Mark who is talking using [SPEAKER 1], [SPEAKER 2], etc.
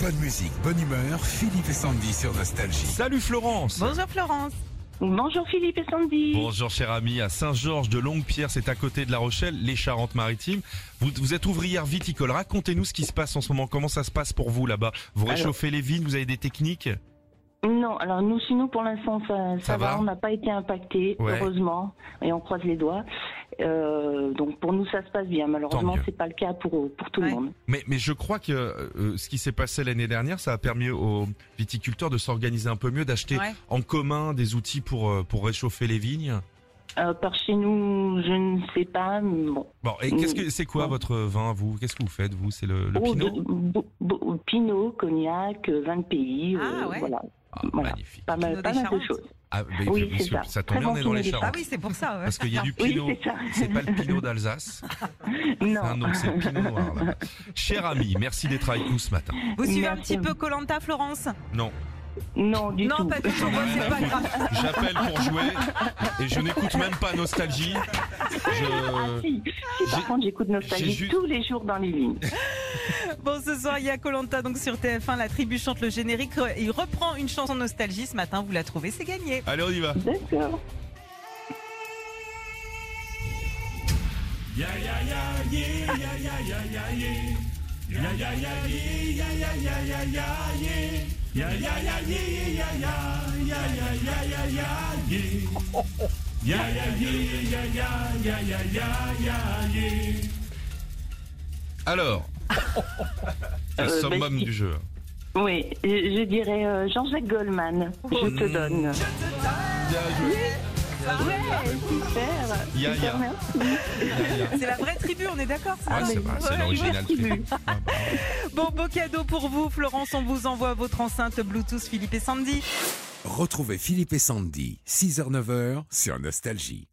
[SPEAKER 1] Bonne musique, bonne humeur, Philippe et Sandy sur Nostalgie.
[SPEAKER 2] Salut Florence
[SPEAKER 3] Bonjour Florence.
[SPEAKER 4] Bonjour Philippe et Sandy.
[SPEAKER 2] Bonjour cher ami, à Saint-Georges de Longue-Pierre, c'est à côté de La Rochelle, les Charentes-Maritimes. Vous, vous êtes ouvrière viticole, racontez-nous ce qui se passe en ce moment, comment ça se passe pour vous là-bas Vous
[SPEAKER 4] Alors.
[SPEAKER 2] réchauffez les vignes, vous avez des techniques
[SPEAKER 4] Non, alors nous, sinon pour l'instant ça, ça,
[SPEAKER 2] Ça va
[SPEAKER 4] on n'a pas été impacté,
[SPEAKER 2] Ouais.
[SPEAKER 4] heureusement, et on croise les doigts. Euh, donc pour nous ça se passe bien, malheureusement
[SPEAKER 2] mieux.
[SPEAKER 4] c'est pas le cas pour, pour tout
[SPEAKER 3] Ouais.
[SPEAKER 4] le monde.
[SPEAKER 2] mais, mais je crois que euh, ce qui s'est passé l'année dernière, ça a permis aux viticulteurs de s'organiser un peu mieux, d'acheter
[SPEAKER 3] Ouais.
[SPEAKER 2] en commun des outils pour, euh, pour réchauffer les vignes.
[SPEAKER 4] Euh, par chez nous, je ne sais pas, mais bon.
[SPEAKER 2] Bon, et qu'est-ce que c'est quoi
[SPEAKER 4] Mm.
[SPEAKER 2] votre vin, vous Qu'est-ce que vous faites, vous C'est le, le
[SPEAKER 4] Oh,
[SPEAKER 2] pinot
[SPEAKER 4] de- bo- bo- Pinot, cognac, euh, vin de pays,
[SPEAKER 3] Ah,
[SPEAKER 4] euh,
[SPEAKER 3] ouais.
[SPEAKER 4] voilà,
[SPEAKER 2] Ah,
[SPEAKER 4] voilà.
[SPEAKER 2] Magnifique.
[SPEAKER 4] pas
[SPEAKER 3] Pinot
[SPEAKER 4] mal,
[SPEAKER 3] des
[SPEAKER 4] pas mal de
[SPEAKER 3] Charentes.
[SPEAKER 4] choses.
[SPEAKER 2] Ah, bah,
[SPEAKER 4] Oui,
[SPEAKER 2] monsieur,
[SPEAKER 4] c'est ça.
[SPEAKER 2] tombe
[SPEAKER 4] Très
[SPEAKER 2] bien, on
[SPEAKER 4] bon
[SPEAKER 2] est dans les
[SPEAKER 4] Pinot des
[SPEAKER 2] Charentes.
[SPEAKER 3] Ah oui, c'est pour ça. ouais.
[SPEAKER 2] Parce qu'il y a du
[SPEAKER 4] Oui,
[SPEAKER 2] pinot.
[SPEAKER 4] c'est ça.
[SPEAKER 2] C'est pas le pinot d'Alsace.
[SPEAKER 4] Non.
[SPEAKER 2] Ah non, c'est le pinot noir. là-bas. Cher ami, merci d'être avec nous ce matin.
[SPEAKER 3] Vous suivez un
[SPEAKER 4] Merci
[SPEAKER 3] petit
[SPEAKER 4] à vous.
[SPEAKER 3] peu Colanta Florence
[SPEAKER 2] Non,
[SPEAKER 4] Non, du
[SPEAKER 3] Non,
[SPEAKER 4] tout.
[SPEAKER 3] pas du tout,
[SPEAKER 2] J'en ai rien
[SPEAKER 3] c'est
[SPEAKER 2] à
[SPEAKER 3] pas
[SPEAKER 2] foutre.
[SPEAKER 3] grave.
[SPEAKER 2] j'appelle pour jouer et je n'écoute même pas Nostalgie.
[SPEAKER 4] Ah
[SPEAKER 2] Je...
[SPEAKER 4] si, si par
[SPEAKER 2] j'ai-
[SPEAKER 4] contre j'écoute Nostalgie
[SPEAKER 2] juste-
[SPEAKER 4] tous les jours dans les lignes.
[SPEAKER 3] Bon, ce soir, il y a Colanta donc sur TF1, la tribu chante le générique, re- il reprend une chanson nostalgie ce matin, vous la trouvez, c'est gagné.
[SPEAKER 2] Allez, on y va.
[SPEAKER 4] D'accord.
[SPEAKER 2] Alors, le
[SPEAKER 4] Euh,
[SPEAKER 2] summum
[SPEAKER 4] bah,
[SPEAKER 2] du jeu.
[SPEAKER 4] Oui, je, je dirais euh, Jean-Jacques Goldman.
[SPEAKER 2] Oh.
[SPEAKER 4] Je te
[SPEAKER 2] Mmh.
[SPEAKER 4] donne.
[SPEAKER 2] Bien joué.
[SPEAKER 4] Ouais, super.
[SPEAKER 2] Ya,
[SPEAKER 4] super,
[SPEAKER 2] ya.
[SPEAKER 4] merci.
[SPEAKER 3] C'est la vraie tribu, on est d'accord ça
[SPEAKER 2] Ouais, c'est vrai, c'est
[SPEAKER 3] Ouais,
[SPEAKER 2] l'original.
[SPEAKER 3] ouais. Bon, beau cadeau pour vous, Florence, on vous envoie votre enceinte Bluetooth Philippe et Sandy.
[SPEAKER 1] Retrouvez Philippe et Sandy, 6h-9h sur Nostalgie.